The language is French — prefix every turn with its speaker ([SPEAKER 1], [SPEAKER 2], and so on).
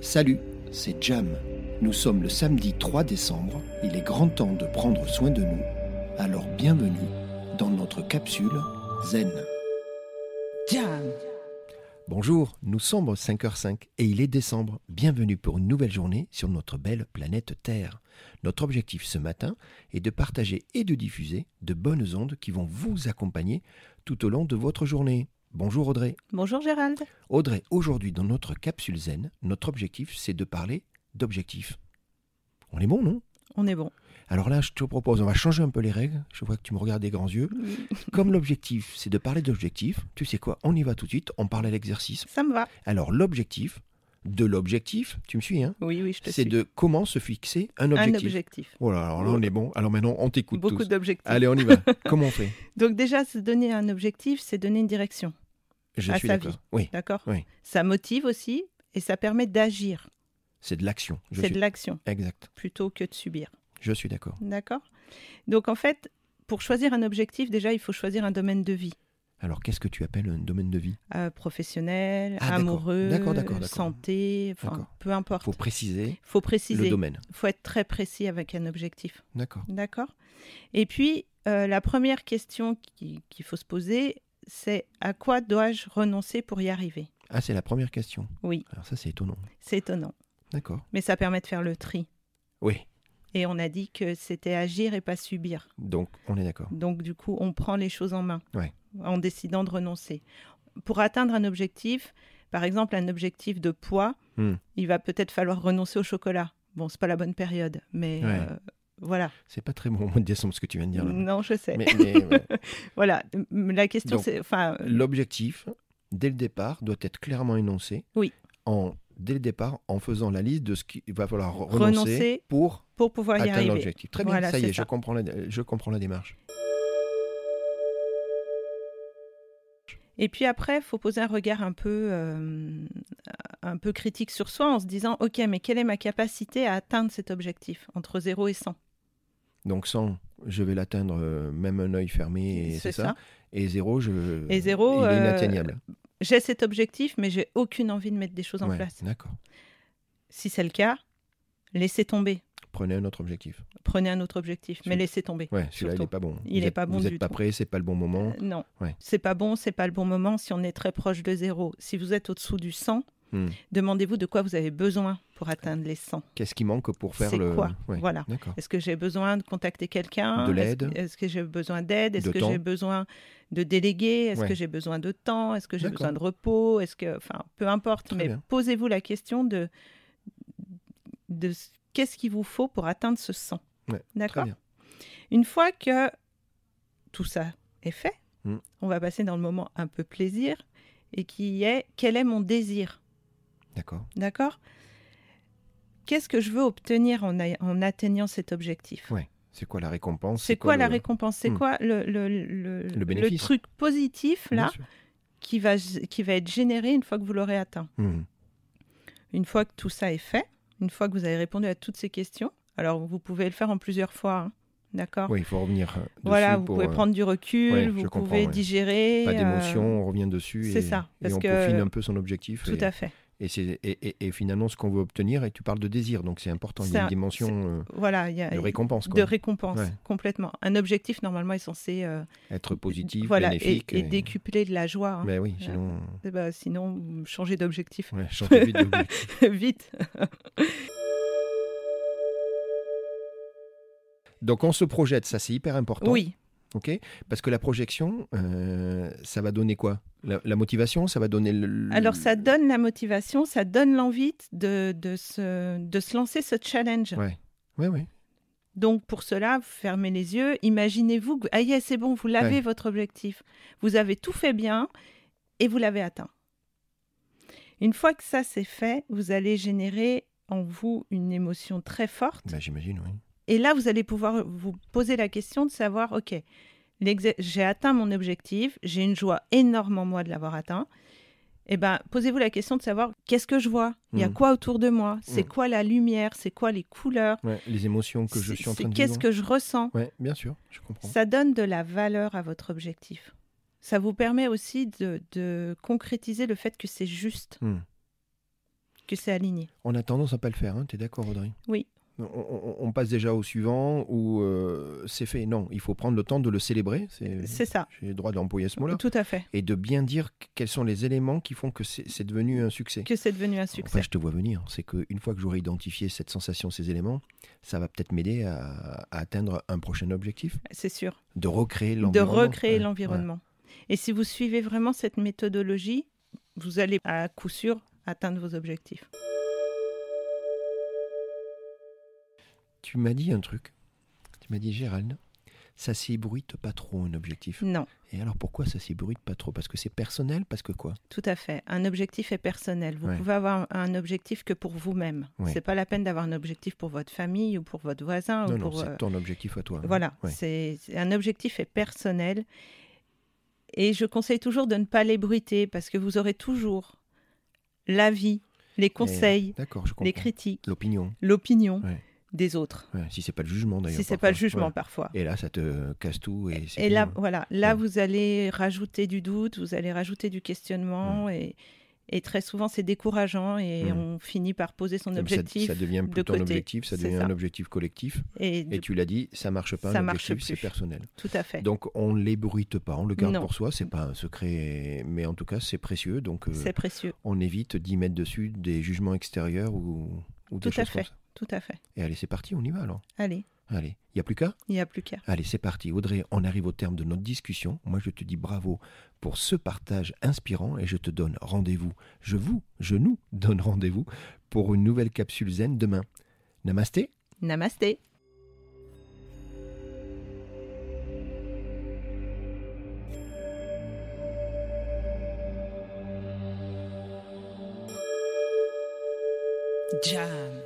[SPEAKER 1] Salut, c'est Jam. Nous sommes le samedi 3 décembre, il est grand temps de prendre soin de nous, alors bienvenue dans notre capsule Zen.
[SPEAKER 2] Jam,
[SPEAKER 1] Bonjour, nous sommes 5h05 et il est décembre. Bienvenue pour une nouvelle journée sur notre belle planète Terre. Notre objectif ce matin est de partager et de diffuser de bonnes ondes qui vont vous accompagner tout au long de votre journée. Bonjour Audrey.
[SPEAKER 3] Bonjour Gérald.
[SPEAKER 1] Audrey, aujourd'hui dans notre capsule zen, notre objectif c'est de parler d'objectifs. On est bon, non
[SPEAKER 3] On est bon.
[SPEAKER 1] Alors là, je te propose, on va changer un peu les règles. Je vois que tu me regardes des grands yeux.
[SPEAKER 3] Oui.
[SPEAKER 1] Comme l'objectif c'est de parler d'objectifs, tu sais quoi On y va tout de suite, on parle à l'exercice.
[SPEAKER 3] Ça me va.
[SPEAKER 1] Alors l'objectif, de l'objectif, tu me suis, hein
[SPEAKER 3] Oui, oui, je te
[SPEAKER 1] C'est
[SPEAKER 3] suis.
[SPEAKER 1] de comment se fixer un
[SPEAKER 3] Un
[SPEAKER 1] objectif.
[SPEAKER 3] objectif.
[SPEAKER 1] Voilà, alors là on est bon. Alors maintenant on t'écoute
[SPEAKER 3] Beaucoup
[SPEAKER 1] tous.
[SPEAKER 3] d'objectifs.
[SPEAKER 1] Allez, on y va. comment on fait
[SPEAKER 3] Donc déjà, se donner un objectif, c'est donner une direction.
[SPEAKER 1] Je
[SPEAKER 3] À
[SPEAKER 1] suis
[SPEAKER 3] sa
[SPEAKER 1] d'accord.
[SPEAKER 3] vie.
[SPEAKER 1] Oui,
[SPEAKER 3] D'accord
[SPEAKER 1] Oui.
[SPEAKER 3] Ça motive aussi et ça permet d'agir.
[SPEAKER 1] c'est de l'action. Je
[SPEAKER 3] C'est
[SPEAKER 1] suis-
[SPEAKER 3] de l'action
[SPEAKER 1] Exact.
[SPEAKER 3] plutôt que de subir.
[SPEAKER 1] Je suis d'accord.
[SPEAKER 3] D'accord Donc en fait, pour choisir un objectif, déjà, il faut choisir un domaine de vie.
[SPEAKER 1] Alors qu'est-ce que tu appelles un domaine de vie
[SPEAKER 3] Euh, professionnel,
[SPEAKER 1] Ah, d'accord.
[SPEAKER 3] amoureux,
[SPEAKER 1] D'accord, d'accord, d'accord.
[SPEAKER 3] santé, enfin,
[SPEAKER 1] D'accord.
[SPEAKER 3] peu importe.
[SPEAKER 1] Faut préciser
[SPEAKER 3] faut préciser.
[SPEAKER 1] le domaine.
[SPEAKER 3] faut être très précis avec un objectif.
[SPEAKER 1] D'accord.
[SPEAKER 3] D'accord. Et puis, euh, la première question qui- qu'il faut se poser, c'est à quoi dois-je renoncer pour y arriver
[SPEAKER 1] Ah, c'est la première question.
[SPEAKER 3] Oui.
[SPEAKER 1] Alors ça c'est étonnant.
[SPEAKER 3] C'est étonnant,
[SPEAKER 1] D'accord.
[SPEAKER 3] mais ça permet de faire le tri.
[SPEAKER 1] Oui.
[SPEAKER 3] Et on a dit que c'était agir et pas subir.
[SPEAKER 1] Donc on est d'accord.
[SPEAKER 3] Donc, du coup, on prend les choses en main
[SPEAKER 1] Ouais.
[SPEAKER 3] en décidant de renoncer. Pour atteindre un objectif, par exemple un objectif de poids,
[SPEAKER 1] Hmm.
[SPEAKER 3] il va peut-être falloir renoncer au chocolat. Bon, c'est pas la bonne période, mais
[SPEAKER 1] Ouais.
[SPEAKER 3] euh, voilà.
[SPEAKER 1] C'est pas très bon au mois de décembre ce que tu viens de dire là.
[SPEAKER 3] Non, je sais.
[SPEAKER 1] Mais, mais, ouais.
[SPEAKER 3] Voilà. La question,
[SPEAKER 1] Donc,
[SPEAKER 3] c'est, enfin,
[SPEAKER 1] l'objectif dès le départ doit être clairement énoncé.
[SPEAKER 3] Oui.
[SPEAKER 1] En dès le départ en faisant la liste de ce qu'il va falloir renoncer,
[SPEAKER 3] Renoncer
[SPEAKER 1] pour
[SPEAKER 3] pour pouvoir y
[SPEAKER 1] atteindre
[SPEAKER 3] arriver.
[SPEAKER 1] l'objectif. Très bien,
[SPEAKER 3] Voilà,
[SPEAKER 1] ça y est,
[SPEAKER 3] c'est
[SPEAKER 1] Je,
[SPEAKER 3] ça.
[SPEAKER 1] comprends la, je comprends la démarche.
[SPEAKER 3] Et puis après, il faut poser un regard un peu, euh, un peu critique sur soi en se disant, OK, mais quelle est ma capacité à atteindre cet objectif entre 0 et 100
[SPEAKER 1] Donc 100, je vais l'atteindre euh, même un œil fermé, et c'est ça. Et 0, je
[SPEAKER 3] Et zéro,
[SPEAKER 1] il est
[SPEAKER 3] euh,
[SPEAKER 1] inatteignable.
[SPEAKER 3] J'ai cet objectif, mais j'ai aucune envie de mettre des choses en
[SPEAKER 1] Ouais,
[SPEAKER 3] place.
[SPEAKER 1] D'accord.
[SPEAKER 3] Si c'est le cas, laissez tomber.
[SPEAKER 1] Prenez un autre objectif.
[SPEAKER 3] Prenez un autre objectif, mais
[SPEAKER 1] Sur-
[SPEAKER 3] laissez tomber.
[SPEAKER 1] Ouais, celui-là il
[SPEAKER 3] Surtout.
[SPEAKER 1] est pas bon.
[SPEAKER 3] Il
[SPEAKER 1] vous
[SPEAKER 3] est
[SPEAKER 1] êtes-
[SPEAKER 3] pas bon
[SPEAKER 1] Vous
[SPEAKER 3] du
[SPEAKER 1] n'êtes pas
[SPEAKER 3] tout.
[SPEAKER 1] prêt, c'est pas le bon moment.
[SPEAKER 3] Euh, Non,
[SPEAKER 1] Ouais.
[SPEAKER 3] c'est pas bon, c'est pas le bon moment si on est très proche de zéro. Si vous êtes au-dessous du 100,
[SPEAKER 1] Hmm.
[SPEAKER 3] demandez-vous de quoi vous avez besoin pour atteindre les 100.
[SPEAKER 1] Qu'est-ce qui manque pour faire
[SPEAKER 3] C'est
[SPEAKER 1] le
[SPEAKER 3] quoi
[SPEAKER 1] Ouais,
[SPEAKER 3] Voilà.
[SPEAKER 1] D'accord.
[SPEAKER 3] Est-ce que j'ai besoin de contacter quelqu'un
[SPEAKER 1] De
[SPEAKER 3] Est-ce-
[SPEAKER 1] l'aide
[SPEAKER 3] Est-ce que j'ai besoin d'aide Est-ce
[SPEAKER 1] De
[SPEAKER 3] que
[SPEAKER 1] temps
[SPEAKER 3] j'ai besoin de déléguer Est-ce
[SPEAKER 1] Ouais.
[SPEAKER 3] que j'ai besoin de temps Est-ce que j'ai
[SPEAKER 1] D'accord.
[SPEAKER 3] besoin de repos Est-ce que, enfin, peu importe,
[SPEAKER 1] Très
[SPEAKER 3] mais
[SPEAKER 1] bien.
[SPEAKER 3] posez-vous la question de, de ce- qu'est-ce qu'il vous faut pour atteindre ce 100.
[SPEAKER 1] Ouais, très
[SPEAKER 3] D'accord.
[SPEAKER 1] bien.
[SPEAKER 3] Une fois que tout ça est fait,
[SPEAKER 1] Mm.
[SPEAKER 3] on va passer dans le moment un peu plaisir et qui est quel est mon désir
[SPEAKER 1] D'accord.
[SPEAKER 3] D'accord Qu'est-ce que je veux obtenir en, a- en atteignant cet objectif
[SPEAKER 1] Ouais. C'est quoi la récompense
[SPEAKER 3] C'est quoi, la
[SPEAKER 1] le-
[SPEAKER 3] récompense C'est
[SPEAKER 1] Hmm.
[SPEAKER 3] quoi le, le, le, le
[SPEAKER 1] bénéfice.
[SPEAKER 3] truc positif
[SPEAKER 1] Bien
[SPEAKER 3] là
[SPEAKER 1] sûr.
[SPEAKER 3] qui va, g- qui va être généré une fois que vous l'aurez atteint
[SPEAKER 1] Hmm.
[SPEAKER 3] Une fois que tout ça est fait, une fois que vous avez répondu à toutes ces questions, alors vous pouvez le faire en plusieurs fois, hein, d'accord
[SPEAKER 1] Oui, il faut revenir. euh, dessus
[SPEAKER 3] Voilà, vous
[SPEAKER 1] pour,
[SPEAKER 3] pouvez
[SPEAKER 1] euh,
[SPEAKER 3] prendre du recul,
[SPEAKER 1] ouais, je
[SPEAKER 3] vous
[SPEAKER 1] comprends,
[SPEAKER 3] pouvez
[SPEAKER 1] ouais.
[SPEAKER 3] digérer.
[SPEAKER 1] Pas
[SPEAKER 3] euh,
[SPEAKER 1] d'émotion, on revient dessus.
[SPEAKER 3] c'est
[SPEAKER 1] et-
[SPEAKER 3] ça,
[SPEAKER 1] Et
[SPEAKER 3] parce
[SPEAKER 1] on
[SPEAKER 3] que-
[SPEAKER 1] peaufine un peu son objectif.
[SPEAKER 3] tout
[SPEAKER 1] et-
[SPEAKER 3] à fait.
[SPEAKER 1] Et, c'est- et- et- et finalement, ce qu'on veut obtenir, et tu parles de désir, donc c'est important. Il y
[SPEAKER 3] C'est
[SPEAKER 1] a
[SPEAKER 3] un-
[SPEAKER 1] une dimension euh,
[SPEAKER 3] Voilà, il y a
[SPEAKER 1] de récompense, quoi.
[SPEAKER 3] de récompense,
[SPEAKER 1] Ouais.
[SPEAKER 3] complètement. Un objectif normalement est censé euh,
[SPEAKER 1] être positif,
[SPEAKER 3] voilà, et,
[SPEAKER 1] bénéfique.
[SPEAKER 3] et décupler de la joie. hein.
[SPEAKER 1] Mais oui,
[SPEAKER 3] Ouais.
[SPEAKER 1] sinon,
[SPEAKER 3] Eh ben, sinon, changer d'objectif
[SPEAKER 1] ouais, changer vite de but.
[SPEAKER 3] vite.
[SPEAKER 1] Donc on se projette, ça c'est hyper important.
[SPEAKER 3] Oui,
[SPEAKER 1] ok Parce que la projection, euh, ça va donner quoi la, la motivation, ça va donner le. le-
[SPEAKER 3] alors ça donne la motivation, ça donne l'envie de, de, se, de se lancer ce challenge.
[SPEAKER 1] Ouais. Ouais, ouais.
[SPEAKER 3] Donc pour cela, vous fermez les yeux, imaginez-vous que, ah yes, c'est bon, vous l'avez
[SPEAKER 1] Ouais.
[SPEAKER 3] votre objectif. Vous avez tout fait bien et vous l'avez atteint. Une fois que ça c'est fait, vous allez générer en vous une émotion très forte.
[SPEAKER 1] Bah, J'imagine, oui.
[SPEAKER 3] Et là, vous allez pouvoir vous poser la question de savoir, OK, l'exé- j'ai atteint mon objectif, j'ai une joie énorme en moi de l'avoir atteint. Eh ben, posez-vous la question de savoir qu'est-ce que je vois Il y a
[SPEAKER 1] Mhm.
[SPEAKER 3] quoi autour de moi C'est
[SPEAKER 1] Mhm.
[SPEAKER 3] quoi la lumière C'est quoi les couleurs
[SPEAKER 1] Ouais, les émotions que je
[SPEAKER 3] C'est-
[SPEAKER 1] suis en
[SPEAKER 3] c'est
[SPEAKER 1] train de
[SPEAKER 3] Qu'est-ce
[SPEAKER 1] vivre.
[SPEAKER 3] que je ressens
[SPEAKER 1] Ouais, bien sûr, je comprends.
[SPEAKER 3] Ça donne de la valeur à votre objectif. Ça
[SPEAKER 1] Hmm.
[SPEAKER 3] vous permet aussi de, de concrétiser le fait que c'est juste,
[SPEAKER 1] Mhm.
[SPEAKER 3] que c'est aligné.
[SPEAKER 1] On a tendance à pas le faire, hein, tu es d'accord Audrey
[SPEAKER 3] Oui.
[SPEAKER 1] On, on- on passe déjà au suivant ou euh, c'est fait. Non, il faut prendre le temps de le célébrer. c'est-
[SPEAKER 3] C'est ça.
[SPEAKER 1] J'ai le droit d'employer ce mot-là.
[SPEAKER 3] Tout à fait.
[SPEAKER 1] Et de bien dire qu- quels sont les éléments qui font que c'est c'est devenu un succès.
[SPEAKER 3] Que c'est devenu un
[SPEAKER 1] En
[SPEAKER 3] succès.
[SPEAKER 1] fait, je te vois venir. C'est qu'une fois que j'aurai identifié cette sensation, ces éléments, ça va peut-être m'aider à, à atteindre un prochain objectif,
[SPEAKER 3] C'est sûr.
[SPEAKER 1] de recréer
[SPEAKER 3] de
[SPEAKER 1] l'environnement.
[SPEAKER 3] recréer
[SPEAKER 1] Ouais,
[SPEAKER 3] l'environnement. Et si vous suivez vraiment cette méthodologie, vous allez à coup sûr atteindre vos objectifs.
[SPEAKER 1] ouais. Tu m'as dit un truc. Tu m'as dit, Gérald, ça s'ébruite pas trop un objectif.
[SPEAKER 3] Non,
[SPEAKER 1] Et alors pourquoi ça s'ébruite pas trop Parce que c'est personnel Parce que quoi
[SPEAKER 3] tout à fait. Un objectif est personnel. Vous
[SPEAKER 1] Ouais.
[SPEAKER 3] pouvez avoir un objectif que pour vous-même.
[SPEAKER 1] Ouais.
[SPEAKER 3] C'est pas la peine d'avoir un objectif pour votre famille ou pour votre voisin
[SPEAKER 1] Non,
[SPEAKER 3] ou
[SPEAKER 1] non,
[SPEAKER 3] pour.
[SPEAKER 1] c'est
[SPEAKER 3] euh,
[SPEAKER 1] ton objectif à toi. hein.
[SPEAKER 3] Voilà,
[SPEAKER 1] Ouais.
[SPEAKER 3] c'est c'est- un objectif est personnel. Et je conseille toujours de ne pas l'ébruiter parce que vous aurez toujours l'avis, les conseils,
[SPEAKER 1] euh, D'accord, je comprends.
[SPEAKER 3] les critiques,
[SPEAKER 1] L'opinion.
[SPEAKER 3] l'opinion
[SPEAKER 1] Ouais.
[SPEAKER 3] des autres.
[SPEAKER 1] Ouais, si c'est pas le jugement d'ailleurs.
[SPEAKER 3] si c'est pas le
[SPEAKER 1] parfois.
[SPEAKER 3] jugement
[SPEAKER 1] Ouais.
[SPEAKER 3] parfois.
[SPEAKER 1] Et là, ça te casse tout. Et, c'est
[SPEAKER 3] Et là,
[SPEAKER 1] fini. hein.
[SPEAKER 3] voilà, là
[SPEAKER 1] Ouais.
[SPEAKER 3] vous allez rajouter du doute, vous allez rajouter du questionnement et, et très souvent c'est décourageant et
[SPEAKER 1] Mm.
[SPEAKER 3] on finit par poser son
[SPEAKER 1] Ça-
[SPEAKER 3] objectif
[SPEAKER 1] ça, devient plus
[SPEAKER 3] de
[SPEAKER 1] ton
[SPEAKER 3] côté.
[SPEAKER 1] objectif, ça
[SPEAKER 3] C'est
[SPEAKER 1] devient
[SPEAKER 3] ça.
[SPEAKER 1] un objectif collectif.
[SPEAKER 3] et,
[SPEAKER 1] Et
[SPEAKER 3] du-
[SPEAKER 1] tu l'as dit, ça marche pas,
[SPEAKER 3] Ça
[SPEAKER 1] un
[SPEAKER 3] marche
[SPEAKER 1] objectif, c'est
[SPEAKER 3] plus.
[SPEAKER 1] personnel.
[SPEAKER 3] tout à fait.
[SPEAKER 1] Donc on ne l'ébruite pas, on le garde
[SPEAKER 3] Non.
[SPEAKER 1] pour soi, c'est pas un secret, mais en tout cas c'est précieux, donc euh,
[SPEAKER 3] c'est précieux,
[SPEAKER 1] on évite d'y mettre dessus des jugements extérieurs ou, ou des
[SPEAKER 3] Tout à
[SPEAKER 1] choses comme
[SPEAKER 3] fait.
[SPEAKER 1] ça.
[SPEAKER 3] tout à fait.
[SPEAKER 1] Et allez, c'est parti, on y va alors.
[SPEAKER 3] Allez,
[SPEAKER 1] Allez, il n'y a plus qu'à
[SPEAKER 3] il n'y a plus qu'à.
[SPEAKER 1] Allez, c'est parti. Audrey, on arrive au terme de notre discussion. Moi, je te dis bravo pour ce partage inspirant et je te donne rendez-vous. Je vous, je nous donne rendez-vous pour une nouvelle capsule zen demain. Namasté
[SPEAKER 3] Namasté.
[SPEAKER 2] Jam.